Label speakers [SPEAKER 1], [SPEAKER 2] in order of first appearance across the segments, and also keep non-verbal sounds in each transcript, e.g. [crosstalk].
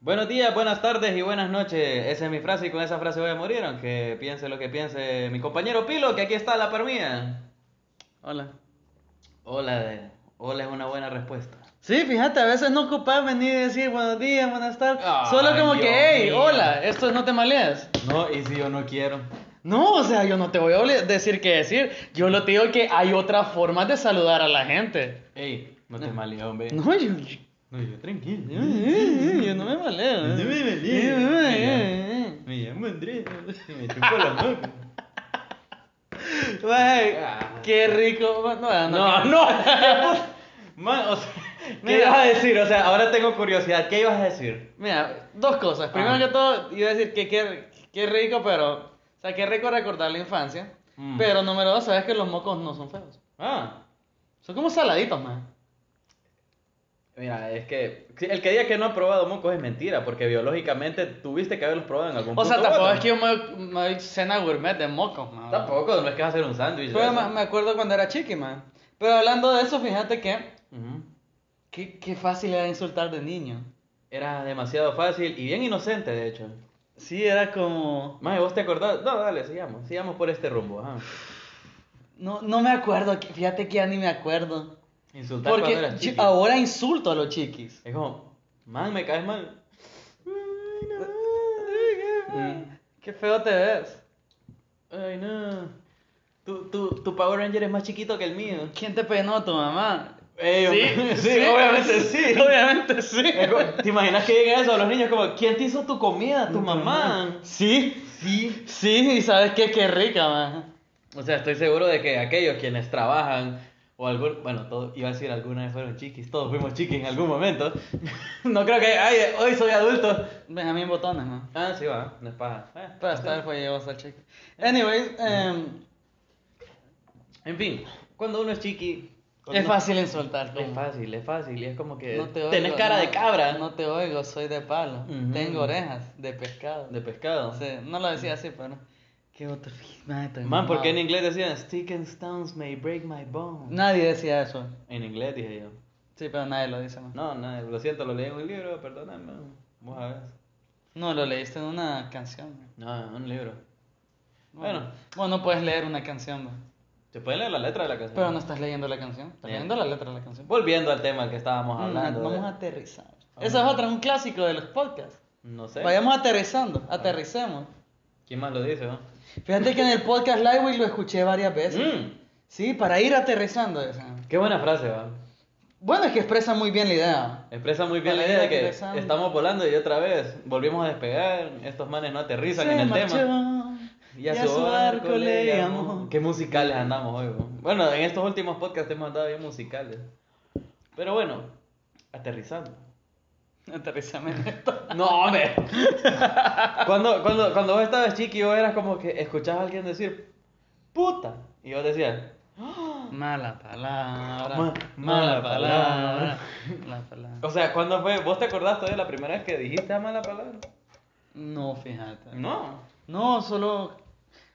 [SPEAKER 1] Buenos días, buenas tardes y buenas noches. Esa es mi frase y con esa frase voy a morir, aunque piense lo que piense mi compañero Pilo, que aquí está la permía.
[SPEAKER 2] Hola.
[SPEAKER 1] Hola, de- hola es una buena respuesta.
[SPEAKER 2] Sí, fíjate, a veces no ocupas venir y decir buenos días, buenas tardes.
[SPEAKER 1] Ay,
[SPEAKER 2] Solo como
[SPEAKER 1] Dios
[SPEAKER 2] que, hey,
[SPEAKER 1] mío.
[SPEAKER 2] hola, esto no te maleas.
[SPEAKER 1] No, y si yo no quiero.
[SPEAKER 2] No, o sea, yo no te voy a obli- decir qué decir. Yo lo te digo que hay otras formas de saludar a la gente.
[SPEAKER 1] Ey, no te malías, hombre.
[SPEAKER 2] No, yo, yo,
[SPEAKER 1] No, yo tranquilo.
[SPEAKER 2] yo- yo no me maleo.
[SPEAKER 1] No me maleo.
[SPEAKER 2] Yo no me maleo. ¿eh?
[SPEAKER 1] Me llamo Andrés. Me chupó la mano. [laughs]
[SPEAKER 2] Güey,
[SPEAKER 1] Ah.
[SPEAKER 2] qué rico.
[SPEAKER 1] No,
[SPEAKER 2] No, no.
[SPEAKER 1] no. Man, o sea, ¿qué
[SPEAKER 2] Mira.
[SPEAKER 1] ibas a decir? O sea, ahora tengo curiosidad. ¿Qué ibas a decir?
[SPEAKER 2] Mira, dos cosas. Primero
[SPEAKER 1] Ah.
[SPEAKER 2] que todo, iba a decir que qué, qué rico, pero. O sea, qué rico recordar la infancia.
[SPEAKER 1] Mm.
[SPEAKER 2] Pero número dos, sabes que los mocos no son feos.
[SPEAKER 1] Ah.
[SPEAKER 2] Son como saladitos, man.
[SPEAKER 1] Mira, es que el que diga que no ha probado mocos es mentira, porque biológicamente tuviste que haberlos probado en algún
[SPEAKER 2] O sea,
[SPEAKER 1] punto u
[SPEAKER 2] tampoco
[SPEAKER 1] otro.
[SPEAKER 2] es que yo me, me doy cena gourmet de mocos, man.
[SPEAKER 1] Tampoco, no es que vas a hacer un sándwich.
[SPEAKER 2] Pero me, me acuerdo cuando era chiqui, man. Pero hablando de eso, fíjate que.
[SPEAKER 1] Ujú.
[SPEAKER 2] Qué, qué fácil era insultar de niño.
[SPEAKER 1] Era demasiado fácil y bien inocente, de hecho.
[SPEAKER 2] Sí, era como.
[SPEAKER 1] Mae, ¿vos te acordás? No, dale, sigamos. Sigamos por este rumbo. ajá.
[SPEAKER 2] No, no me acuerdo, que- fíjate que ya ni me acuerdo.
[SPEAKER 1] Insultar
[SPEAKER 2] Porque
[SPEAKER 1] cuando eras
[SPEAKER 2] yo- ah,
[SPEAKER 1] chiqui.
[SPEAKER 2] ahora insulto a los chiquis.
[SPEAKER 1] Es como, man, me caes mal.
[SPEAKER 2] Mm. Qué feo te ves.
[SPEAKER 1] Ay, no. Tu, tu, tu Power Ranger es más chiquito que el mío.
[SPEAKER 2] ¿Quién te peinó? ¿Tu mamá?
[SPEAKER 1] Ey, hombre, [laughs] sí, obviamente sí.
[SPEAKER 2] [laughs] Obviamente sí.
[SPEAKER 1] Es como, ¿Te imaginas que llega eso a los niños? Como, ¿quién te hizo tu comida? Tu mamá.
[SPEAKER 2] Sí,
[SPEAKER 1] Sí.
[SPEAKER 2] sí, y sabes qué, qué rica, man.
[SPEAKER 1] O sea, estoy seguro de que aquellos quienes trabajan o algún, bueno, todo, iba a decir alguna vez fueron chiquis, todos fuimos chiquis en algún momento. no creo que, ay, hoy soy adulto.
[SPEAKER 2] Benjamín Botones, man.
[SPEAKER 1] Ah, sí va, no es paja. Eh,
[SPEAKER 2] Pero hasta él fue llevó hasta el cheque. Anyways, em,
[SPEAKER 1] En fin, cuando uno es chiqui,
[SPEAKER 2] es
[SPEAKER 1] cuando-
[SPEAKER 2] fácil insultarte.
[SPEAKER 1] Es fácil, es fácil, y es como que
[SPEAKER 2] No te oigo,
[SPEAKER 1] tenés cara
[SPEAKER 2] no,
[SPEAKER 1] de cabra,
[SPEAKER 2] No te oigo, soy de palo.
[SPEAKER 1] Ujú.
[SPEAKER 2] Tengo orejas de pescado.
[SPEAKER 1] de pescado.
[SPEAKER 2] Sí, no lo decía así, pero. Qué otro. Madre, estoy
[SPEAKER 1] Man, porque en
[SPEAKER 2] mamado.
[SPEAKER 1] inglés decían, stick and stones may break my bone.
[SPEAKER 2] Nadie decía eso.
[SPEAKER 1] En inglés dije yo.
[SPEAKER 2] Sí, pero nadie lo dice, man.
[SPEAKER 1] No, no, lo siento, lo leí en un libro, perdóname. Vos a ver.
[SPEAKER 2] No, lo leíste en una canción. man.
[SPEAKER 1] No, en un libro.
[SPEAKER 2] Bueno,
[SPEAKER 1] Bueno.
[SPEAKER 2] bueno, no puedes leer una canción, man.
[SPEAKER 1] Se puede leer la letra de la canción.
[SPEAKER 2] pero no estás leyendo la canción. Estás
[SPEAKER 1] Bien.
[SPEAKER 2] leyendo la letra de la canción.
[SPEAKER 1] Volviendo al tema que estábamos hablando.
[SPEAKER 2] Mm, vamos
[SPEAKER 1] de-
[SPEAKER 2] a aterrizar.
[SPEAKER 1] Vamos.
[SPEAKER 2] Esa es otra, un clásico de los podcasts.
[SPEAKER 1] No sé.
[SPEAKER 2] Vayamos aterrizando, aterricemos.
[SPEAKER 1] ¿Quién más lo dice? no?
[SPEAKER 2] Fíjate que en el podcast Lightweight lo escuché varias veces.
[SPEAKER 1] Mm,
[SPEAKER 2] Sí, para ir aterrizando. o sea.
[SPEAKER 1] qué buena frase, va.
[SPEAKER 2] Bueno, es que expresa muy bien la idea.
[SPEAKER 1] Expresa muy bien la
[SPEAKER 2] Para
[SPEAKER 1] idea de
[SPEAKER 2] ir
[SPEAKER 1] que
[SPEAKER 2] aterrizando.
[SPEAKER 1] estamos volando y otra vez volvimos a despegar. Estos manes no aterrizan en el tema.
[SPEAKER 2] Y a su barco le llamó.
[SPEAKER 1] Qué musicales andamos hoy. bo. Bueno, en estos últimos podcasts hemos andado bien musicales. Pero bueno, aterrizando.
[SPEAKER 2] Aterrizame en esto.
[SPEAKER 1] No, hombre. cuando, cuando, cuando vos estabas chiqui, vos eras como que escuchabas a alguien decir puta. Y vos decías,
[SPEAKER 2] Mala palabra.
[SPEAKER 1] Ma- mala palabra.
[SPEAKER 2] Mala palabra.
[SPEAKER 1] o sea, ¿cuándo fue? ¿Vos te acordaste de la primera vez que dijiste a mala palabra?
[SPEAKER 2] No, fíjate.
[SPEAKER 1] No.
[SPEAKER 2] No, solo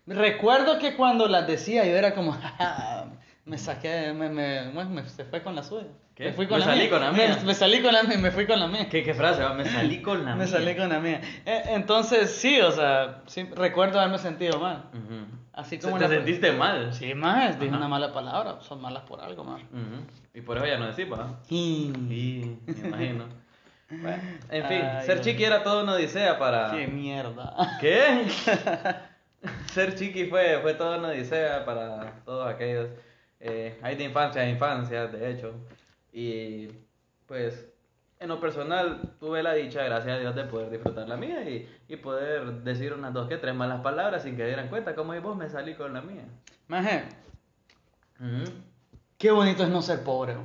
[SPEAKER 2] recuerdo que cuando las decía yo era como, [laughs] "Ja, ja", me saqué, me, me, bueno, me- se fue con la suya.
[SPEAKER 1] ¿Qué?
[SPEAKER 2] Me fui con
[SPEAKER 1] Me
[SPEAKER 2] la
[SPEAKER 1] salí
[SPEAKER 2] mía.
[SPEAKER 1] con la mía.
[SPEAKER 2] Me, me salí con la mía, me fui con la mía.
[SPEAKER 1] ¿Qué, qué frase? va? Me salí con la
[SPEAKER 2] me
[SPEAKER 1] mía.
[SPEAKER 2] salí con la mía. E- Entonces sí, o sea, sí, recuerdo haberme sentido mal.
[SPEAKER 1] Ujú.
[SPEAKER 2] Así
[SPEAKER 1] Se-
[SPEAKER 2] como
[SPEAKER 1] te
[SPEAKER 2] la-
[SPEAKER 1] sentiste mal.
[SPEAKER 2] Sí, más, dije
[SPEAKER 1] Ajá.
[SPEAKER 2] una mala palabra, son malas por algo, más.
[SPEAKER 1] Ujú. Y por eso ya no decís, ¿va?
[SPEAKER 2] Y...
[SPEAKER 1] Sí, me
[SPEAKER 2] [laughs]
[SPEAKER 1] imagino. Bueno, en fin,
[SPEAKER 2] Mm. Ay,
[SPEAKER 1] ser
[SPEAKER 2] Dios
[SPEAKER 1] chiqui era toda una odisea para.
[SPEAKER 2] Qué [laughs] mierda.
[SPEAKER 1] ¿Qué? [laughs] ser chiqui fue, fue toda una odisea para todos aquellos. eh, hay de infancia a infancia, de hecho. Y pues, en lo personal, tuve la dicha, gracias a Dios, de poder disfrutar la mía y, y poder decir unas dos que tres malas palabras sin que dieran cuenta. Como vos me salí con la mía.
[SPEAKER 2] Maje,
[SPEAKER 1] Ujú.
[SPEAKER 2] qué bonito es no ser pobre. bro.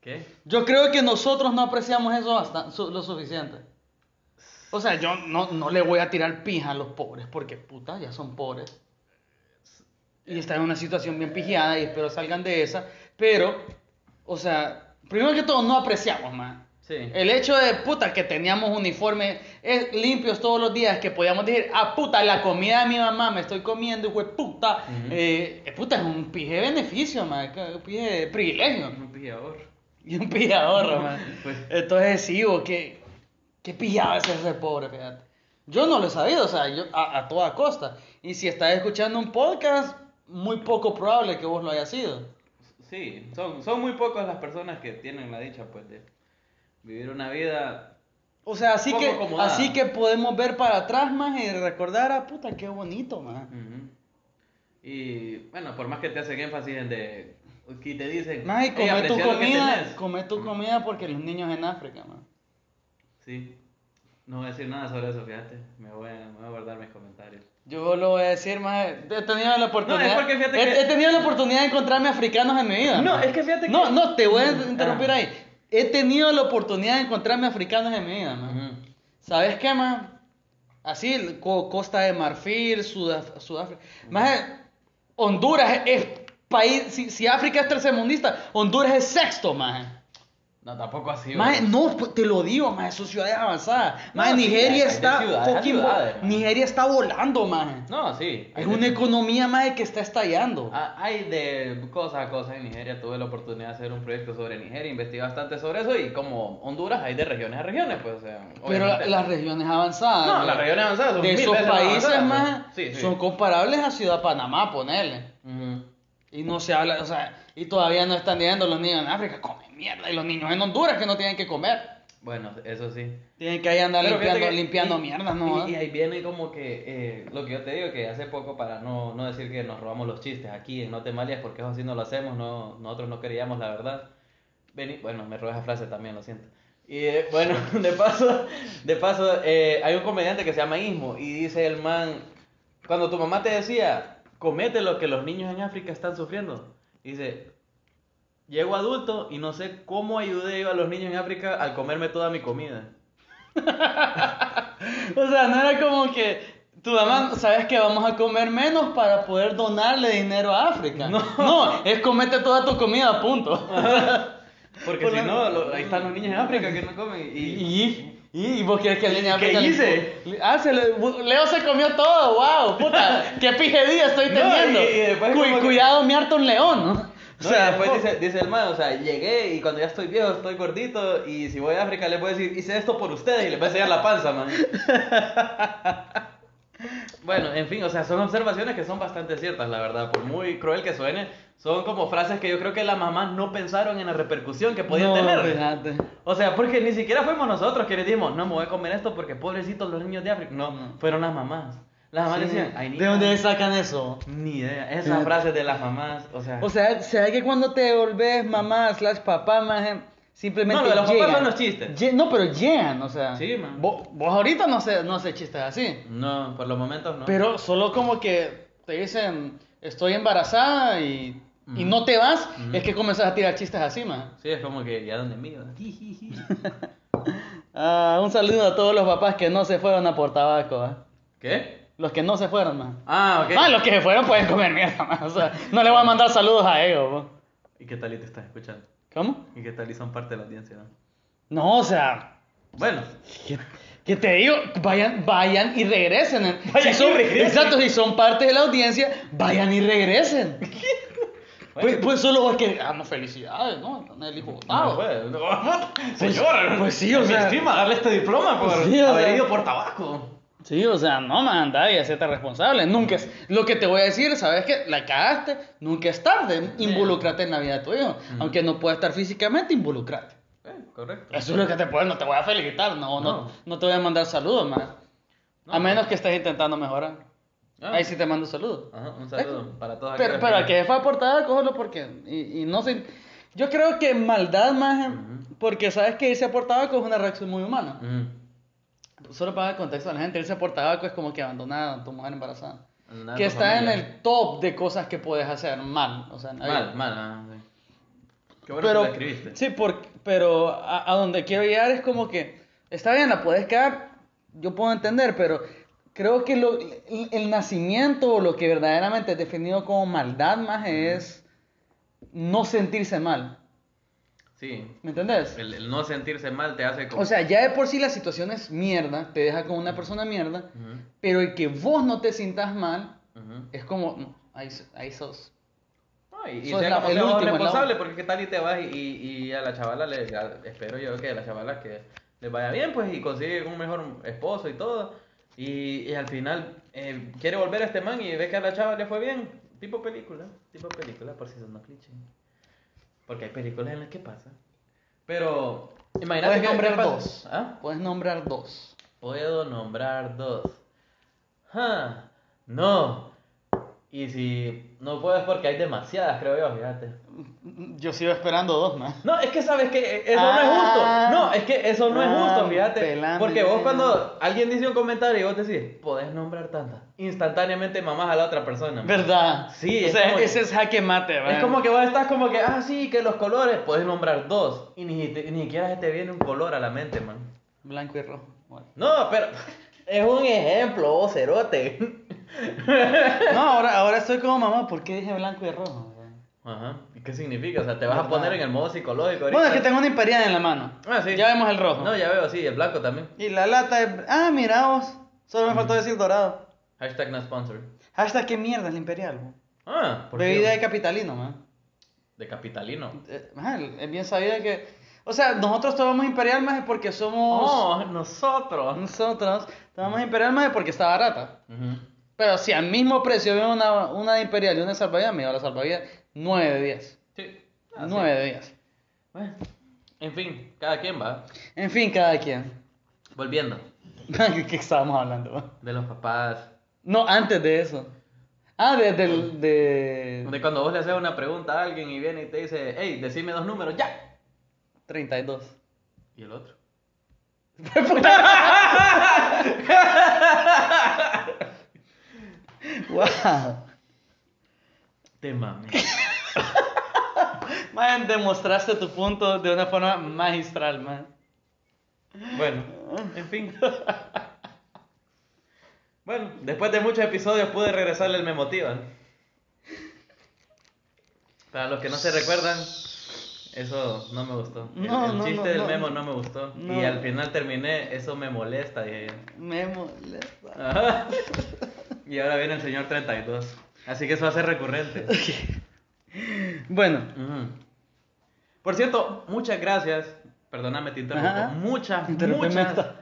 [SPEAKER 1] ¿Qué?
[SPEAKER 2] Yo creo que nosotros no apreciamos eso basta- su- lo suficiente. O sea, yo no, no le voy a tirar pija a los pobres porque puta, ya son pobres. Y están en una situación bien pijeada y espero salgan de esa. Pero, o sea, primero que todo, no apreciamos más.
[SPEAKER 1] Sí.
[SPEAKER 2] El hecho de puta que teníamos uniformes eh, limpios todos los días, que podíamos decir, ah puta, la comida de mi mamá me estoy comiendo, hijo de puta.
[SPEAKER 1] Ujú.
[SPEAKER 2] Eh, eh, puta, es un pije beneficio, man, que- un pije privilegio. [laughs]
[SPEAKER 1] Un pillador.
[SPEAKER 2] Y un pillador, man.
[SPEAKER 1] Pues-
[SPEAKER 2] Entonces sí, o que Qué pillado es ese pobre, fíjate. Yo no lo he sabido, o sea, yo, a, a toda costa. Y si estás escuchando un podcast, muy poco probable que vos lo hayas sido.
[SPEAKER 1] Sí, son, son muy pocas las personas que tienen la dicha, pues, de vivir una vida
[SPEAKER 2] O sea, así
[SPEAKER 1] Poco
[SPEAKER 2] que,
[SPEAKER 1] acomodada.
[SPEAKER 2] así que podemos ver para atrás, más y recordar, ah, puta, qué bonito, man.
[SPEAKER 1] Ujú. Y bueno, por más que te hacen énfasis en de. que te dicen.
[SPEAKER 2] Más, y
[SPEAKER 1] "Ey,
[SPEAKER 2] come tu
[SPEAKER 1] aprecia lo que tenés".
[SPEAKER 2] comida, come tu comida porque los niños en África, man.
[SPEAKER 1] Sí. No voy a decir nada sobre eso, fíjate. Me voy a, me voy a guardar mis comentarios.
[SPEAKER 2] Yo lo voy a decir, más, he tenido la oportunidad,
[SPEAKER 1] No, es porque fíjate
[SPEAKER 2] he,
[SPEAKER 1] que-
[SPEAKER 2] he tenido la oportunidad de encontrarme africanos en mi vida.
[SPEAKER 1] No,
[SPEAKER 2] maje.
[SPEAKER 1] es que fíjate que-
[SPEAKER 2] No, no, te voy a interrumpir
[SPEAKER 1] Ah.
[SPEAKER 2] ahí. He tenido la oportunidad de encontrarme africanos en mi vida, maje. ¿Sabes qué, más? Así, co- Costa de Marfil, Sudaf- Sudáfrica. Más, Honduras es, es país. Si, si África es tercermundista, Honduras es sexto, más.
[SPEAKER 1] No, tampoco así.
[SPEAKER 2] Más,
[SPEAKER 1] bro.
[SPEAKER 2] no, pues, te lo digo, más, son ciudades avanzadas. Más,
[SPEAKER 1] No, sí, hay-
[SPEAKER 2] Nigeria
[SPEAKER 1] hay de
[SPEAKER 2] está.
[SPEAKER 1] ciudades a
[SPEAKER 2] fucking vo-
[SPEAKER 1] ciudades, maje.
[SPEAKER 2] Nigeria está volando, más.
[SPEAKER 1] No, sí.
[SPEAKER 2] Es una economía, más, que está estallando.
[SPEAKER 1] Ah, Hay de cosas a cosas en Nigeria. Tuve la oportunidad de hacer un proyecto sobre Nigeria, investigué bastante sobre eso. Y como Honduras, hay de regiones a regiones, pues. O sea,
[SPEAKER 2] Pero la-
[SPEAKER 1] obviamente-
[SPEAKER 2] las regiones avanzadas.
[SPEAKER 1] No,
[SPEAKER 2] ¿no?
[SPEAKER 1] las regiones avanzadas son
[SPEAKER 2] de
[SPEAKER 1] mil
[SPEAKER 2] esos
[SPEAKER 1] veces más
[SPEAKER 2] países,
[SPEAKER 1] avanzadas,
[SPEAKER 2] más,
[SPEAKER 1] pues. Sí, sí.
[SPEAKER 2] son comparables a Ciudad Panamá, ponele.
[SPEAKER 1] Ujú.
[SPEAKER 2] Y no se habla, o sea, y todavía no están llegando los niños en África, comen mierda. Y los niños en Honduras que no tienen que comer.
[SPEAKER 1] Bueno, eso sí.
[SPEAKER 2] Tienen que ahí andar
[SPEAKER 1] Pero fíjate
[SPEAKER 2] limpiando,
[SPEAKER 1] que-
[SPEAKER 2] limpiando
[SPEAKER 1] y-
[SPEAKER 2] mierda, ¿no?
[SPEAKER 1] Y, y ahí viene como que eh, lo que yo te digo, que hace poco, para no, no decir que nos robamos los chistes aquí en No Te Malees, porque eso así no lo hacemos, no, nosotros no queríamos la verdad. Vení- bueno, me robé esa frase también, lo siento. Y eh, bueno, [laughs] de paso, de paso eh, hay un comediante que se llama Ismo y dice el man, cuando tu mamá te decía, comete lo que los niños en África están sufriendo, dice, llego adulto y no sé cómo ayudé yo a los niños en África al comerme toda mi comida.
[SPEAKER 2] O sea, no era como que tu mamá, sabes que vamos a comer menos para poder donarle dinero a África. No, es comete toda tu
[SPEAKER 1] [laughs]
[SPEAKER 2] comida, punto.
[SPEAKER 1] Porque
[SPEAKER 2] Por
[SPEAKER 1] si
[SPEAKER 2] la-
[SPEAKER 1] no, lo- ahí están los niños en África que no comen. Y,
[SPEAKER 2] [laughs] Y, y, y vos querés que el niño de
[SPEAKER 1] ¿Qué
[SPEAKER 2] África le-
[SPEAKER 1] hice?
[SPEAKER 2] Ah, se le- Leo se comió todo,
[SPEAKER 1] [laughs]
[SPEAKER 2] wow, puta, qué pijedía estoy
[SPEAKER 1] No,
[SPEAKER 2] teniendo.
[SPEAKER 1] y- y después
[SPEAKER 2] Cu-
[SPEAKER 1] como que-
[SPEAKER 2] Cuidado, mi harto un león, [laughs] ¿no?
[SPEAKER 1] o sea, después
[SPEAKER 2] fuck.
[SPEAKER 1] dice, dice el man, o sea, llegué y cuando ya estoy viejo, estoy gordito. Y si voy a África, les voy a decir, hice esto por ustedes y les voy a enseñar la panza,
[SPEAKER 2] [laughs]
[SPEAKER 1] man. bueno, en fin, o sea, son observaciones que son bastante ciertas, la verdad. Por muy cruel que suene, son como frases que yo creo que las mamás no pensaron en la repercusión que podían
[SPEAKER 2] No, pues, ah.
[SPEAKER 1] tener.
[SPEAKER 2] fíjate.
[SPEAKER 1] O sea, porque ni siquiera fuimos nosotros quienes dijimos, no me voy a comer esto porque pobrecitos los niños de África. No,
[SPEAKER 2] No.
[SPEAKER 1] fueron las mamás. Las mamás
[SPEAKER 2] Sí.
[SPEAKER 1] decían, ay,
[SPEAKER 2] ¿De
[SPEAKER 1] niña,
[SPEAKER 2] dónde sacan eso?
[SPEAKER 1] Ni idea. Esas
[SPEAKER 2] Fíjate.
[SPEAKER 1] frases de las mamás, o sea.
[SPEAKER 2] O sea, ¿será que cuando te volvés mamá slash papá, maje,
[SPEAKER 1] No,
[SPEAKER 2] simplemente
[SPEAKER 1] lo de los papás
[SPEAKER 2] llegan?
[SPEAKER 1] son los chistes.
[SPEAKER 2] Lle- no, pero llegan, o sea.
[SPEAKER 1] Sí, man.
[SPEAKER 2] Vos, vos ahorita no sé, no sé chistes así.
[SPEAKER 1] no, por los momentos no.
[SPEAKER 2] Pero solo como que te dicen, estoy embarazada y, y no te vas,
[SPEAKER 1] Ujú.
[SPEAKER 2] es que comenzás a tirar chistes así, maje.
[SPEAKER 1] Sí, es como que ya donde mío.
[SPEAKER 2] Ah, un saludo a todos los papás que no se fueron a por tabaco, ah.
[SPEAKER 1] [laughs] ¿Qué?
[SPEAKER 2] Los que no se fueron, maje.
[SPEAKER 1] Ah, ok.
[SPEAKER 2] Ah, los que se fueron pueden comer mierda, maje, O sea, no le voy a mandar saludos a ellos, vos.
[SPEAKER 1] ¿Y qué tal y te estás escuchando?
[SPEAKER 2] ¿Cómo?
[SPEAKER 1] ¿Y qué tal y son parte de la audiencia? no?
[SPEAKER 2] No, o sea,
[SPEAKER 1] Bueno,
[SPEAKER 2] ¿Qué, qué te digo? Vayan, vayan y regresen.
[SPEAKER 1] [laughs] Vayan
[SPEAKER 2] si son,
[SPEAKER 1] y regresen.
[SPEAKER 2] Exacto, si son parte de la audiencia, vayan
[SPEAKER 1] [laughs]
[SPEAKER 2] y regresen. Pues, pues solo es que, ah, no, felicidades, ¿no? Están el hijo
[SPEAKER 1] no
[SPEAKER 2] votado.
[SPEAKER 1] puede. No,
[SPEAKER 2] Pues-
[SPEAKER 1] señora,
[SPEAKER 2] pues sí, o
[SPEAKER 1] es mi
[SPEAKER 2] sea- pues
[SPEAKER 1] estima darle este diploma por
[SPEAKER 2] Sí, o
[SPEAKER 1] haber
[SPEAKER 2] sea-
[SPEAKER 1] ido por tabaco.
[SPEAKER 2] Sí, o sea, no, man, anda y hacete responsable. Nunca es, lo que te voy a decir, sabes que la cagaste, nunca es tarde.
[SPEAKER 1] Sí.
[SPEAKER 2] Involucrate en la vida de tu hijo.
[SPEAKER 1] Mm.
[SPEAKER 2] Aunque no pueda estar físicamente, involucrate.
[SPEAKER 1] Eh, correcto.
[SPEAKER 2] Eso es lo que te puedo, no te voy a felicitar, no, no,
[SPEAKER 1] No.
[SPEAKER 2] no, te voy a mandar saludos, man.
[SPEAKER 1] No.
[SPEAKER 2] A menos que estés intentando mejorar.
[SPEAKER 1] Ah.
[SPEAKER 2] Ahí sí te mando saludos.
[SPEAKER 1] Ajá, un saludo para todos
[SPEAKER 2] Pero,
[SPEAKER 1] aquellos
[SPEAKER 2] pero al que fue aportada, cógelo porque. Y, y no sé. Yo creo que maldad más.
[SPEAKER 1] Ujú.
[SPEAKER 2] Porque sabes que irse a por tabaco es una reacción muy humana.
[SPEAKER 1] Mm.
[SPEAKER 2] Solo para el contexto a la gente, irse a por tabaco es como que abandonar a tu mujer embarazada.
[SPEAKER 1] Andar
[SPEAKER 2] que
[SPEAKER 1] con
[SPEAKER 2] está
[SPEAKER 1] familia.
[SPEAKER 2] en el top de cosas que puedes hacer mal. O sea, ahí-
[SPEAKER 1] Mal, mal. ah, sí. Qué bueno que lo escribiste.
[SPEAKER 2] Sí, porque, pero a, a donde quiero llegar es como que, está bien, la puedes quedar, yo puedo entender, pero creo que lo- el, el nacimiento o lo que verdaderamente es definido como maldad más es no sentirse mal,
[SPEAKER 1] Sí,
[SPEAKER 2] ¿me entendés?
[SPEAKER 1] El, el no sentirse mal te hace como...
[SPEAKER 2] O sea, ya de por sí la situación es mierda, te deja con una persona mierda,
[SPEAKER 1] Ujú,
[SPEAKER 2] pero el que vos no te sientas mal
[SPEAKER 1] ujú.
[SPEAKER 2] es como, no, ahí, so- ahí sos.
[SPEAKER 1] No, y, y
[SPEAKER 2] Sos
[SPEAKER 1] sea
[SPEAKER 2] la-
[SPEAKER 1] como
[SPEAKER 2] el
[SPEAKER 1] sea vos
[SPEAKER 2] último, el
[SPEAKER 1] responsable,
[SPEAKER 2] lado.
[SPEAKER 1] porque qué tal y te vas y, y- y a la chavala le... a- espero yo que a la chavala que les vaya bien, pues, y consigue un mejor esposo y todo. Y, y al final eh, quiere volver a este man y ve que a la chava le fue bien. Tipo película, tipo película, por si son no cliché. Porque hay películas en las que pasa. Pero, imagínate.
[SPEAKER 2] Puedes
[SPEAKER 1] que-
[SPEAKER 2] nombrar
[SPEAKER 1] que pasa-
[SPEAKER 2] dos.
[SPEAKER 1] ¿Ah?
[SPEAKER 2] Puedes nombrar dos.
[SPEAKER 1] Puedo nombrar dos. Ja, no. Y si no puedes porque hay demasiadas, creo yo, fíjate.
[SPEAKER 2] Yo sigo esperando dos más.
[SPEAKER 1] No, es que sabes que eso no es justo.
[SPEAKER 2] Ah.
[SPEAKER 1] No, es que eso no es justo,
[SPEAKER 2] Ah,
[SPEAKER 1] fíjate.
[SPEAKER 2] pelando.
[SPEAKER 1] Porque vos cuando alguien dice un comentario y vos decís, podés nombrar tantas, instantáneamente mamás a la otra persona.
[SPEAKER 2] ¿Verdad?
[SPEAKER 1] Sí,
[SPEAKER 2] O
[SPEAKER 1] es
[SPEAKER 2] sea,
[SPEAKER 1] como-
[SPEAKER 2] ese es jaque mate,
[SPEAKER 1] Es
[SPEAKER 2] ¿verdad?
[SPEAKER 1] como que vos estás como que, ah, sí, que los colores, podés nombrar dos. Y ni, te- ni siquiera se te viene un color a la mente, man.
[SPEAKER 2] Blanco y rojo. Bueno.
[SPEAKER 1] No, pero es un ejemplo, vos cerote.
[SPEAKER 2] [laughs]
[SPEAKER 1] [laughs]
[SPEAKER 2] No, ahora, ahora estoy como mamá, ¿por qué dije blanco y rojo?
[SPEAKER 1] Ajá. ¿Y qué significa? O sea, te vas a
[SPEAKER 2] Verdad.
[SPEAKER 1] poner en el modo psicológico ahorita.
[SPEAKER 2] Bueno, es que tengo una imparidad en la mano.
[SPEAKER 1] Ah, sí.
[SPEAKER 2] Ya vemos el rojo.
[SPEAKER 1] No, ya veo, sí, el blanco también.
[SPEAKER 2] Y la lata es... Ah, mira vos. Solo me faltó decir dorado.
[SPEAKER 1] Hashtag no sponsor.
[SPEAKER 2] Hashtag qué mierda es la imperial. bo?
[SPEAKER 1] Ah, ¿por qué?
[SPEAKER 2] Bebida de capitalino, man.
[SPEAKER 1] De capitalino.
[SPEAKER 2] Eh, man, es bien sabida que... O sea, nosotros tomamos imperial más porque somos...
[SPEAKER 1] Oh, nosotros.
[SPEAKER 2] Nosotros tomamos imperial más porque está barata.
[SPEAKER 1] Ujú.
[SPEAKER 2] Pero si al mismo precio veo una, una de imperial y una de salvavidas, me iba a la salvavidas 9 de 10.
[SPEAKER 1] Sí. Ah, sí.
[SPEAKER 2] 9 de 10.
[SPEAKER 1] Bueno, En fin, cada quien va.
[SPEAKER 2] En fin, cada quien. [laughs]
[SPEAKER 1] Volviendo.
[SPEAKER 2] ¿Qué qué estábamos hablando? man?
[SPEAKER 1] De los papás.
[SPEAKER 2] No, antes de eso. Ah, de, del- de
[SPEAKER 1] De cuando vos le haces una pregunta a alguien y viene y te dice, hey, decime dos números, ya.
[SPEAKER 2] 32.
[SPEAKER 1] Y el otro.
[SPEAKER 2] ¡Wow!
[SPEAKER 1] Te mami.
[SPEAKER 2] [laughs] Man, demostraste tu punto de una forma magistral, man.
[SPEAKER 1] Bueno, en fin. [laughs] Bueno, después de muchos episodios pude regresarle el Me Motivan. Para los que no se recuerdan, eso no me gustó. El-
[SPEAKER 2] No,
[SPEAKER 1] el
[SPEAKER 2] no,
[SPEAKER 1] chiste
[SPEAKER 2] no,
[SPEAKER 1] del
[SPEAKER 2] no.
[SPEAKER 1] memo no me gustó.
[SPEAKER 2] No.
[SPEAKER 1] Y al final terminé, eso me molesta, dije
[SPEAKER 2] [laughs]
[SPEAKER 1] yo. [laughs]
[SPEAKER 2] Me molesta.
[SPEAKER 1] Ajá. Y ahora viene el señor 32. Así que eso va a ser recurrente.
[SPEAKER 2] Bueno,
[SPEAKER 1] Ujú. Por cierto, muchas gracias. Perdóname, te interrumpo.
[SPEAKER 2] Ajá.
[SPEAKER 1] Muchas,
[SPEAKER 2] Interrumpeme
[SPEAKER 1] muchas.
[SPEAKER 2] esta.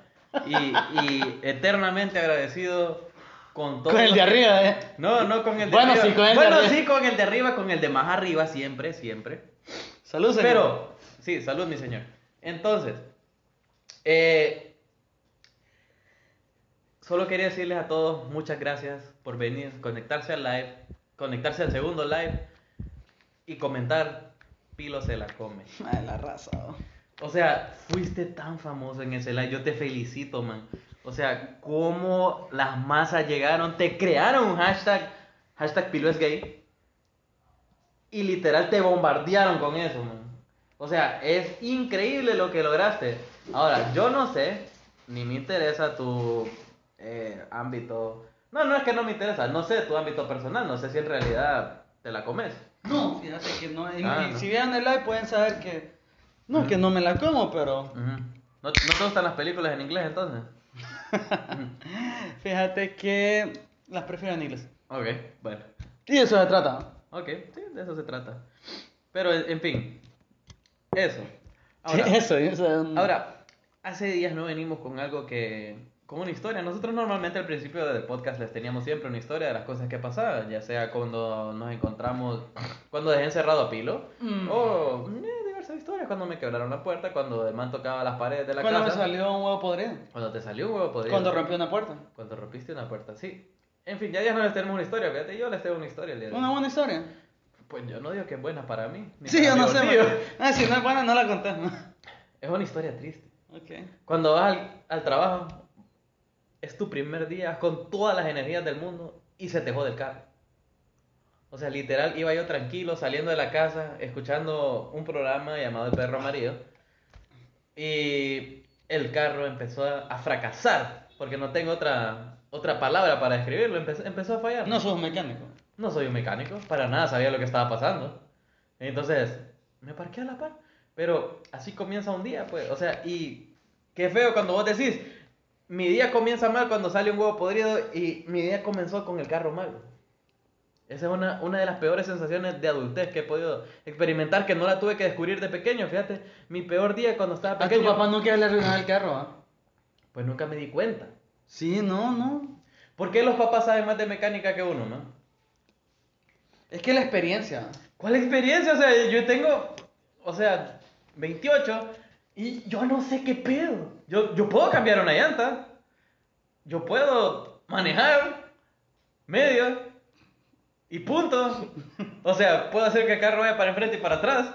[SPEAKER 1] Y, y eternamente agradecido con todo.
[SPEAKER 2] con el de arriba, eh.
[SPEAKER 1] No, no con el de
[SPEAKER 2] Bueno,
[SPEAKER 1] arriba.
[SPEAKER 2] sí, con el de
[SPEAKER 1] bueno,
[SPEAKER 2] arriba.
[SPEAKER 1] sí, con el de arriba, con el de más arriba, siempre, siempre.
[SPEAKER 2] Salud, señor.
[SPEAKER 1] Pero, sí, salud, mi señor. Entonces, eh, solo quería decirles a todos muchas gracias por venir, conectarse al live, conectarse al segundo live y comentar, Pilo se la come.
[SPEAKER 2] Madre, Ah, la raza, oh. bo.
[SPEAKER 1] O sea, fuiste tan famoso en ese live, yo te felicito, man. O sea, cómo las masas llegaron, te crearon un hashtag, hashtag Pilo es gay, y literal te bombardearon con eso, man. O sea, es increíble lo que lograste. Ahora, yo no sé, ni me interesa tu eh, ámbito. No, no es que no me interesa, no sé tu ámbito personal, no sé si en realidad te la comes.
[SPEAKER 2] No, fíjate que no. Mm. y-
[SPEAKER 1] Ah,
[SPEAKER 2] y
[SPEAKER 1] no.
[SPEAKER 2] Si vieran el live pueden saber que. No, que no me la como, pero.
[SPEAKER 1] Ujú. ¿No, ¿No te gustan las películas en inglés entonces?
[SPEAKER 2] Fíjate que las prefiero en inglés.
[SPEAKER 1] Ok, bueno.
[SPEAKER 2] Y de eso se trata.
[SPEAKER 1] Ok, sí, de eso se trata. Pero, en en fin, eso. Ahora,
[SPEAKER 2] [laughs] eso, eso. mm.
[SPEAKER 1] ahora, hace días no venimos con algo que... con una historia. Nosotros normalmente al principio del podcast les teníamos siempre una historia de las cosas que pasaban, ya sea cuando nos encontramos, cuando dejé encerrado a Pilo,
[SPEAKER 2] Mm.
[SPEAKER 1] o eh, diversas historias, cuando me quebraron la puerta, cuando el man tocaba las paredes de la
[SPEAKER 2] Cuando me
[SPEAKER 1] casa.
[SPEAKER 2] salió un huevo podrido.
[SPEAKER 1] Cuando te salió un huevo podrido.
[SPEAKER 2] Cuando rompió una puerta.
[SPEAKER 1] Cuando rompiste una puerta, sí. En fin, ya ya no les tenemos una historia, fíjate, yo les tengo una historia el día de hoy.
[SPEAKER 2] Una buena historia.
[SPEAKER 1] Pues yo no digo que es buena para mí. ni
[SPEAKER 2] Sí,
[SPEAKER 1] para
[SPEAKER 2] yo
[SPEAKER 1] mi
[SPEAKER 2] no sé.
[SPEAKER 1] bolsillo.
[SPEAKER 2] man. Ah, si no es buena, no la conté. [laughs] ¿no?
[SPEAKER 1] Es una historia triste.
[SPEAKER 2] Ok.
[SPEAKER 1] Cuando vas al, al trabajo, es tu primer día con todas las energías del mundo y se te jode el carro. O sea, literal, iba yo tranquilo saliendo de la casa, escuchando un programa llamado El Perro Amarillo. Y el carro empezó a, a fracasar, porque no tengo otra, otra palabra para describirlo. Empezó, empezó a fallar.
[SPEAKER 2] No sos mecánico.
[SPEAKER 1] No soy un mecánico, para nada sabía lo que estaba pasando. Entonces, me parqué a la par. Pero así comienza un día, pues. O sea, y qué feo cuando vos decís, mi día comienza mal cuando sale un huevo podrido y mi día comenzó con el carro malo. Esa es una, una de las peores sensaciones de adultez que he podido experimentar, que no la tuve que descubrir de pequeño. Fíjate, mi peor día cuando estaba
[SPEAKER 2] A Ah, tu
[SPEAKER 1] pequeño,
[SPEAKER 2] papá no quiere le arruinar el carro, ¿ah?
[SPEAKER 1] pues nunca me di cuenta.
[SPEAKER 2] Sí, no, no.
[SPEAKER 1] ¿Por qué los papás saben más de mecánica que uno, no?
[SPEAKER 2] Es que la experiencia.
[SPEAKER 1] ¿Cuál experiencia? O sea, yo tengo, o sea, 28 y yo no sé qué pedo. Yo, yo puedo cambiar una llanta, yo puedo manejar medio y punto. O sea, puedo hacer que el carro vaya para enfrente y para atrás.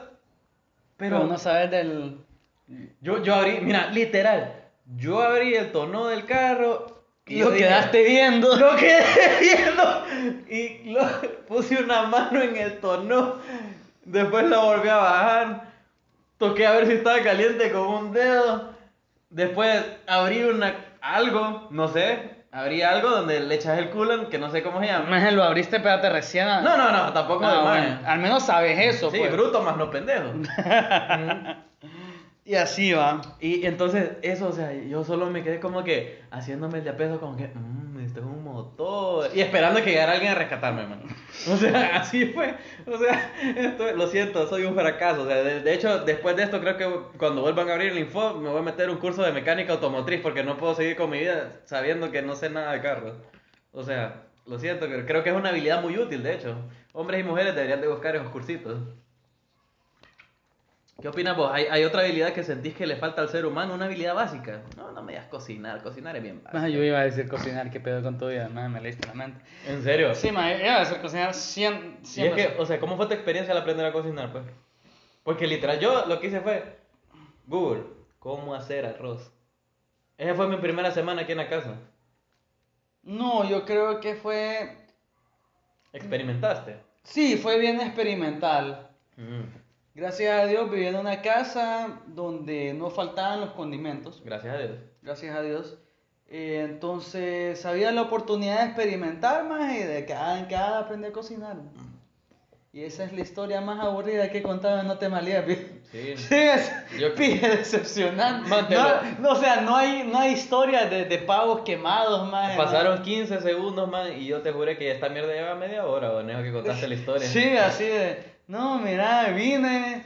[SPEAKER 2] Pero,
[SPEAKER 1] Pero,
[SPEAKER 2] no sabes del.
[SPEAKER 1] yo, yo abrí, mira, literal, yo abrí el tono del carro y
[SPEAKER 2] lo
[SPEAKER 1] yo dije,
[SPEAKER 2] quedaste viendo.
[SPEAKER 1] lo
[SPEAKER 2] [laughs]
[SPEAKER 1] quedé [laughs] viendo y lo- puse una mano en el tono. Después la volví a bajar. Toqué a ver si estaba caliente con un dedo. Después abrí una algo, no sé. Abrí algo donde le echas el culo, que no sé cómo se llama.
[SPEAKER 2] Maje, lo abriste, espérate, recién. a-
[SPEAKER 1] No, no, no, tampoco
[SPEAKER 2] Ah,
[SPEAKER 1] de
[SPEAKER 2] bueno,
[SPEAKER 1] maje.
[SPEAKER 2] Al menos sabes eso,
[SPEAKER 1] Sí,
[SPEAKER 2] pues.
[SPEAKER 1] bruto más no pendejo.
[SPEAKER 2] [laughs]
[SPEAKER 1] Mm.
[SPEAKER 2] Y así va.
[SPEAKER 1] Y entonces, eso, o sea, yo solo me quedé como que haciéndome el de a peso, como que, mmm, esto es un motor. Y esperando que llegara alguien a rescatarme, mano. [laughs] O sea, así fue. O sea, esto- lo siento, soy un fracaso. O sea, de, de hecho, después de esto, creo que cuando vuelvan a abrir el info, me voy a meter un curso de mecánica automotriz porque no puedo seguir con mi vida sabiendo que no sé nada de carros. O sea, lo siento, pero creo que es una habilidad muy útil, de hecho. Hombres y mujeres deberían de buscar esos cursitos. ¿Qué opinas vos? ¿Hay, hay otra habilidad que sentís que le falta al ser humano? ¿Una habilidad básica? No, no me digas cocinar. Cocinar es bien básico.
[SPEAKER 2] Maje, yo iba a decir cocinar, qué pedo con tu vida. Maje, me leíste la mente.
[SPEAKER 1] ¿En serio?
[SPEAKER 2] Sí, maje, iba a decir cocinar 100%.
[SPEAKER 1] Y es que, o sea, ¿cómo fue tu experiencia al aprender a cocinar, pues? Porque literal, yo lo que hice fue Google, ¿cómo hacer arroz? Esa fue mi primera semana aquí en la casa.
[SPEAKER 2] No, yo creo que fue.
[SPEAKER 1] ¿Experimentaste?
[SPEAKER 2] Sí, fue bien experimental.
[SPEAKER 1] Mm,
[SPEAKER 2] Gracias a Dios viví en una casa donde no faltaban los condimentos,
[SPEAKER 1] Gracias a Dios.
[SPEAKER 2] gracias a Dios. Eh, entonces había la oportunidad de experimentar más y de cada en cada aprender a cocinar. Y esa es la historia más aburrida que he contado en No te malías. pi-
[SPEAKER 1] Sí.
[SPEAKER 2] [laughs] Sí, es
[SPEAKER 1] Yo-
[SPEAKER 2] pije decepcionante.
[SPEAKER 1] Mántelo.
[SPEAKER 2] No, no, o sea, no hay, no hay historia de, de pavos quemados más.
[SPEAKER 1] Pasaron 15 segundos, man, y yo te juré que esta mierda lleva media hora, o que contaste la historia.
[SPEAKER 2] Sí, así de, no, mira, vine,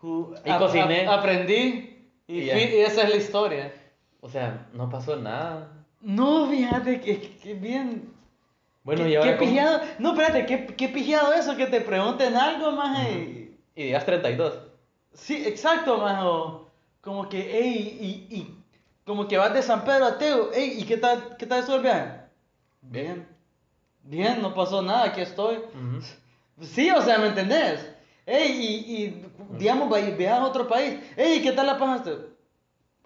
[SPEAKER 2] ju-
[SPEAKER 1] Y cociné.
[SPEAKER 2] aprendí y,
[SPEAKER 1] Y ya.
[SPEAKER 2] fui- y esa es la historia.
[SPEAKER 1] O sea, no pasó nada.
[SPEAKER 2] No, fíjate que, que bien.
[SPEAKER 1] Bueno,
[SPEAKER 2] que-
[SPEAKER 1] y ahora.
[SPEAKER 2] qué
[SPEAKER 1] cómo?
[SPEAKER 2] pijado. No, espérate, qué, qué pijado eso que te pregunten algo más. eh,
[SPEAKER 1] Y digas 32.
[SPEAKER 2] Sí, exacto, más. Como que, ey, y, y- como que vas de San Pedro a Teo, ey, ¿y qué tal, qué tal estuvo el viaje? Bien. Bien, no pasó nada, aquí estoy.
[SPEAKER 1] Ujú.
[SPEAKER 2] Sí, o sea, ¿me entendés? Ey, y, y, digamos, vai- viajas a otro país. Ey, ¿qué tal la pasaste?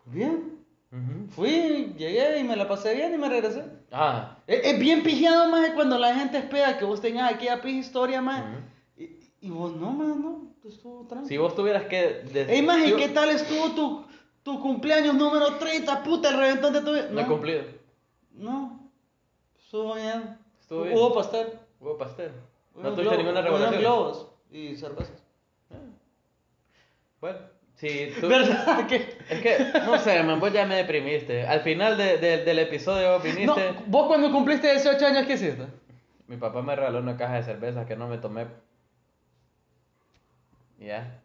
[SPEAKER 2] Bien.
[SPEAKER 1] Ujú.
[SPEAKER 2] Fui, llegué y me la pasé bien y me regresé.
[SPEAKER 1] Ah,
[SPEAKER 2] Es, es bien pijado, más cuando la gente espera que vos tengas aquella pija historia, más.
[SPEAKER 1] Ujú.
[SPEAKER 2] y, y vos, no, más, no, estuvo
[SPEAKER 1] si
[SPEAKER 2] tranquilo.
[SPEAKER 1] vos tuvieras que. des-
[SPEAKER 2] Ey, más, ¿y
[SPEAKER 1] yo-
[SPEAKER 2] qué tal estuvo tu, tu cumpleaños número 30, puta, el reventón de tu vida?
[SPEAKER 1] No he cumplido.
[SPEAKER 2] No, estuvo bien.
[SPEAKER 1] Estuvo bien.
[SPEAKER 2] Hubo pastel.
[SPEAKER 1] Hubo pastel. No
[SPEAKER 2] hubieron
[SPEAKER 1] tuviste
[SPEAKER 2] globos,
[SPEAKER 1] ninguna
[SPEAKER 2] hubieron
[SPEAKER 1] revelación.
[SPEAKER 2] globos y cervezas.
[SPEAKER 1] Bueno, si tú.
[SPEAKER 2] [laughs] ¿Verdad que?
[SPEAKER 1] Es que, no sé, man, vos ya me deprimiste. Al final de- de- del episodio vos
[SPEAKER 2] No,
[SPEAKER 1] viniste.
[SPEAKER 2] vos cuando cumpliste 18 años, ¿qué hiciste?
[SPEAKER 1] Mi papá me regaló una caja de cerveza que no me tomé. Y Ya.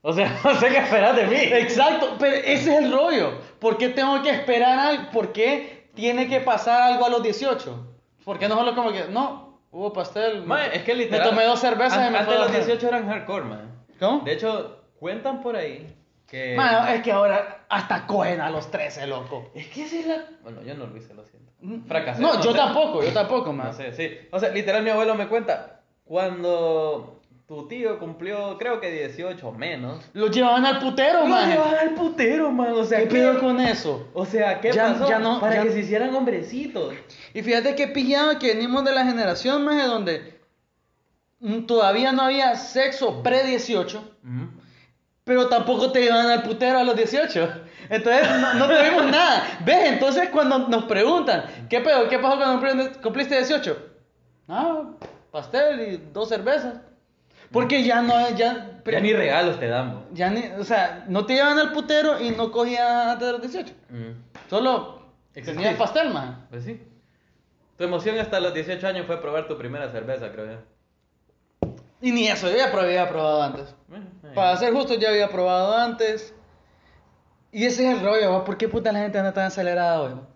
[SPEAKER 1] O sea, [laughs] no sé qué esperar de mí.
[SPEAKER 2] Exacto, pero ese es el rollo. ¿Por qué tengo que esperar al, por qué tiene que pasar algo a los 18? ¿Por qué no solo como que, no, hubo pastel?
[SPEAKER 1] Ma, es que literal.
[SPEAKER 2] Me tomé dos cervezas
[SPEAKER 1] an-
[SPEAKER 2] y me
[SPEAKER 1] Antes
[SPEAKER 2] fue a
[SPEAKER 1] los
[SPEAKER 2] dormir.
[SPEAKER 1] 18 eran hardcore, man.
[SPEAKER 2] ¿Cómo?
[SPEAKER 1] De hecho, cuentan por ahí que.
[SPEAKER 2] Mano, es que ahora hasta cogen a los 13, loco.
[SPEAKER 1] Es que esa es la. Bueno, yo no lo hice, lo siento. Fracasé.
[SPEAKER 2] Fracasado. Mm, No, yo
[SPEAKER 1] sé.
[SPEAKER 2] tampoco, yo tampoco,
[SPEAKER 1] No
[SPEAKER 2] man.
[SPEAKER 1] sé, sí. O sea, literal, mi abuelo me cuenta. Cuando tu tío cumplió, creo que 18 o menos.
[SPEAKER 2] Los llevaban al putero,
[SPEAKER 1] Lo
[SPEAKER 2] man.
[SPEAKER 1] llevaban al putero, man. O sea,
[SPEAKER 2] ¿Qué pedo con eso?
[SPEAKER 1] O sea, ¿qué
[SPEAKER 2] Ya-
[SPEAKER 1] pasó?
[SPEAKER 2] ya no-
[SPEAKER 1] Para
[SPEAKER 2] ya-
[SPEAKER 1] que se hicieran hombrecitos.
[SPEAKER 2] Y fíjate que pillado que venimos de la generación, más donde mm, todavía no había sexo pre-18. Pero tampoco te llevan al putero a los 18. Entonces no, no tuvimos nada. ¿Ves? Entonces cuando nos preguntan, ¿qué pedo? ¿Qué pasó cuando cumpliste- cumpliste 18? No, pastel y dos cervezas. Porque ya no, ya...
[SPEAKER 1] Ya ni regalos te dan,
[SPEAKER 2] ya ni- o sea, no te llevan al putero y no cogías antes de los 18.
[SPEAKER 1] bo.
[SPEAKER 2] Solo
[SPEAKER 1] Existís.
[SPEAKER 2] tenías pastel, man.
[SPEAKER 1] Pues sí. Tu emoción hasta los 18 años fue probar tu primera cerveza, creo yo.
[SPEAKER 2] Y ni eso, yo ya probé- había probado antes.
[SPEAKER 1] Bueno, eh. ahí.
[SPEAKER 2] Para ser justo, ya había probado antes. Y ese es el rollo, ¿va? ¿por qué puta la gente anda tan acelerada hoy? va?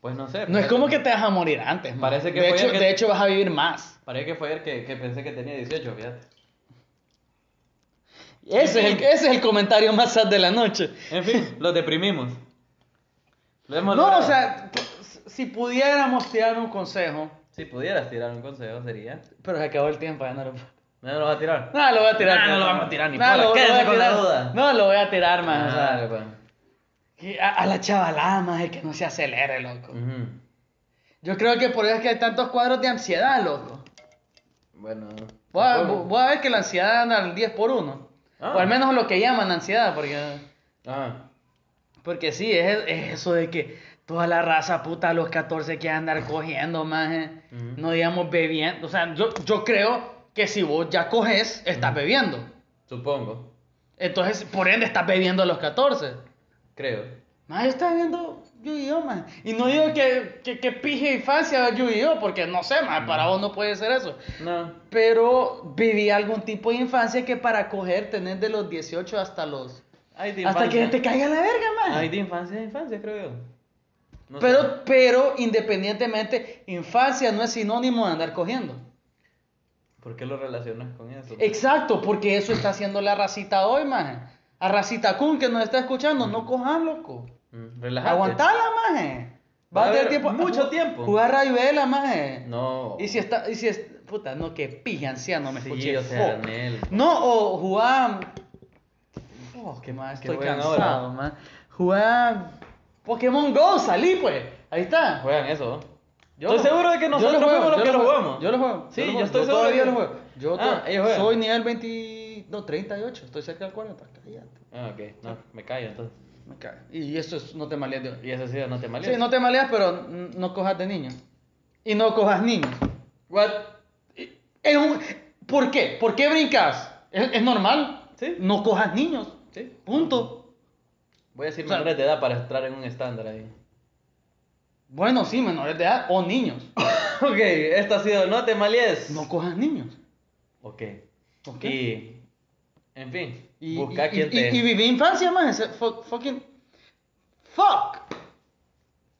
[SPEAKER 1] Pues no sé.
[SPEAKER 2] No es
[SPEAKER 1] parece-
[SPEAKER 2] como que te vas a morir antes, man.
[SPEAKER 1] Parece que
[SPEAKER 2] de,
[SPEAKER 1] fue
[SPEAKER 2] hecho,
[SPEAKER 1] el que-
[SPEAKER 2] de hecho vas a vivir más.
[SPEAKER 1] Parece que fue ayer que, que pensé que tenía 18, fíjate.
[SPEAKER 2] Ese es, el, ese es el comentario más sad de la noche.
[SPEAKER 1] En
[SPEAKER 2] [laughs]
[SPEAKER 1] fin, los deprimimos. Lo hemos
[SPEAKER 2] No, o
[SPEAKER 1] logrado.
[SPEAKER 2] sea, p- si pudiéramos tirar un consejo,
[SPEAKER 1] Si pudieras tirar un consejo sería...
[SPEAKER 2] pero se acabó el tiempo, ya no lo puedo.
[SPEAKER 1] No lo vas a tirar.
[SPEAKER 2] No, lo voy a tirar.
[SPEAKER 1] Nah, no
[SPEAKER 2] fíjate.
[SPEAKER 1] lo vamos a tirar ni
[SPEAKER 2] Nah,
[SPEAKER 1] por la-
[SPEAKER 2] lo- lo voy a
[SPEAKER 1] quédense con la
[SPEAKER 2] tirar.
[SPEAKER 1] duda.
[SPEAKER 2] No, lo voy a tirar, más.
[SPEAKER 1] Ah, bueno.
[SPEAKER 2] a, a la chavalada, más el que no se acelere, loco.
[SPEAKER 1] Ujú.
[SPEAKER 2] Yo creo que por eso es que hay tantos cuadros de ansiedad, loco.
[SPEAKER 1] Bueno.
[SPEAKER 2] Voy a,
[SPEAKER 1] supongo.
[SPEAKER 2] voy a ver que la ansiedad anda al 10 por 1.
[SPEAKER 1] Ah.
[SPEAKER 2] O al menos lo que llaman ansiedad, porque,
[SPEAKER 1] Ah,
[SPEAKER 2] porque sí, es, es eso de que toda la raza puta a los 14 que andar cogiendo, más eh.
[SPEAKER 1] Ujú.
[SPEAKER 2] no digamos bebiendo. O sea, yo, yo creo que si vos ya coges, estás bebiendo.
[SPEAKER 1] supongo.
[SPEAKER 2] Entonces, por ende, estás bebiendo a los 14.
[SPEAKER 1] Creo.
[SPEAKER 2] Más yo estaba viendo Yu-Gi-Oh, man. Y no digo que, que, que pije infancia Yu-Gi-Oh, porque no sé, más para vos no puede ser eso.
[SPEAKER 1] No.
[SPEAKER 2] pero viví algún tipo de infancia que para coger tenés de los 18 hasta los...
[SPEAKER 1] Ay, de
[SPEAKER 2] Hasta que
[SPEAKER 1] infancia.
[SPEAKER 2] te caiga la verga, man.
[SPEAKER 1] Ay, de infancia, de infancia, creo yo. No sé.
[SPEAKER 2] pero, pero independientemente, infancia no es sinónimo de andar cogiendo.
[SPEAKER 1] ¿Por qué lo relacionas con eso?
[SPEAKER 2] Exacto, porque eso está haciendo la racita hoy, man. A racita Kun que nos está escuchando, no cojan, loco.
[SPEAKER 1] Mm, Relájate.
[SPEAKER 2] Aguantala, man.
[SPEAKER 1] Va
[SPEAKER 2] Va
[SPEAKER 1] a
[SPEAKER 2] a tener
[SPEAKER 1] haber
[SPEAKER 2] tiempo.
[SPEAKER 1] mucho
[SPEAKER 2] ju-
[SPEAKER 1] tiempo.
[SPEAKER 2] Jugar rayuela, man.
[SPEAKER 1] No.
[SPEAKER 2] Y si está, y si es, puta, no, que pija, anciano, me
[SPEAKER 1] Sí,
[SPEAKER 2] escuché.
[SPEAKER 1] o sea,
[SPEAKER 2] fuck.
[SPEAKER 1] Nel.
[SPEAKER 2] No, o jugar. Oh, qué más,
[SPEAKER 1] Qué
[SPEAKER 2] estoy
[SPEAKER 1] buena
[SPEAKER 2] cansado,
[SPEAKER 1] hora.
[SPEAKER 2] man. Jugar Pokémon Go, salí pues. Ahí está.
[SPEAKER 1] Juegan eso. ¿no?
[SPEAKER 2] Yo
[SPEAKER 1] estoy
[SPEAKER 2] lo-
[SPEAKER 1] seguro de que
[SPEAKER 2] yo
[SPEAKER 1] nosotros
[SPEAKER 2] juego,
[SPEAKER 1] fuimos los
[SPEAKER 2] yo
[SPEAKER 1] que lo
[SPEAKER 2] juego,
[SPEAKER 1] jugamos.
[SPEAKER 2] Yo lo juego.
[SPEAKER 1] Sí,
[SPEAKER 2] lo
[SPEAKER 1] yo
[SPEAKER 2] juego,
[SPEAKER 1] estoy seguro
[SPEAKER 2] todavía
[SPEAKER 1] de que-
[SPEAKER 2] lo juego. Yo
[SPEAKER 1] Ah,
[SPEAKER 2] to-
[SPEAKER 1] ellos juegan.
[SPEAKER 2] soy nivel 20, no, 38, estoy cerca del 40, cállate.
[SPEAKER 1] Ah, ok. No, me callo entonces.
[SPEAKER 2] Me cae. Y eso es no te maleas de hoy.
[SPEAKER 1] Y eso sí, no te maleas.
[SPEAKER 2] Sí, no te maleas, pero n- no cojas de niño. Y no cojas niños.
[SPEAKER 1] What?
[SPEAKER 2] Es un- ¿Por qué? ¿Por qué brincas? Es, es normal.
[SPEAKER 1] Sí.
[SPEAKER 2] No cojas niños.
[SPEAKER 1] Sí.
[SPEAKER 2] Punto.
[SPEAKER 1] Voy a decir
[SPEAKER 2] O sea-
[SPEAKER 1] menores de edad para entrar en un estándar ahí.
[SPEAKER 2] [laughs] Bueno, sí, menores de edad o niños.
[SPEAKER 1] ok, esto ha sido No te malies.
[SPEAKER 2] No cojas niños.
[SPEAKER 1] Ok.
[SPEAKER 2] ¿Por
[SPEAKER 1] Y. En fin.
[SPEAKER 2] Y,
[SPEAKER 1] busca
[SPEAKER 2] y-
[SPEAKER 1] quien
[SPEAKER 2] y-
[SPEAKER 1] te.
[SPEAKER 2] y viví infancia más. ese fu- fucking. Fuck.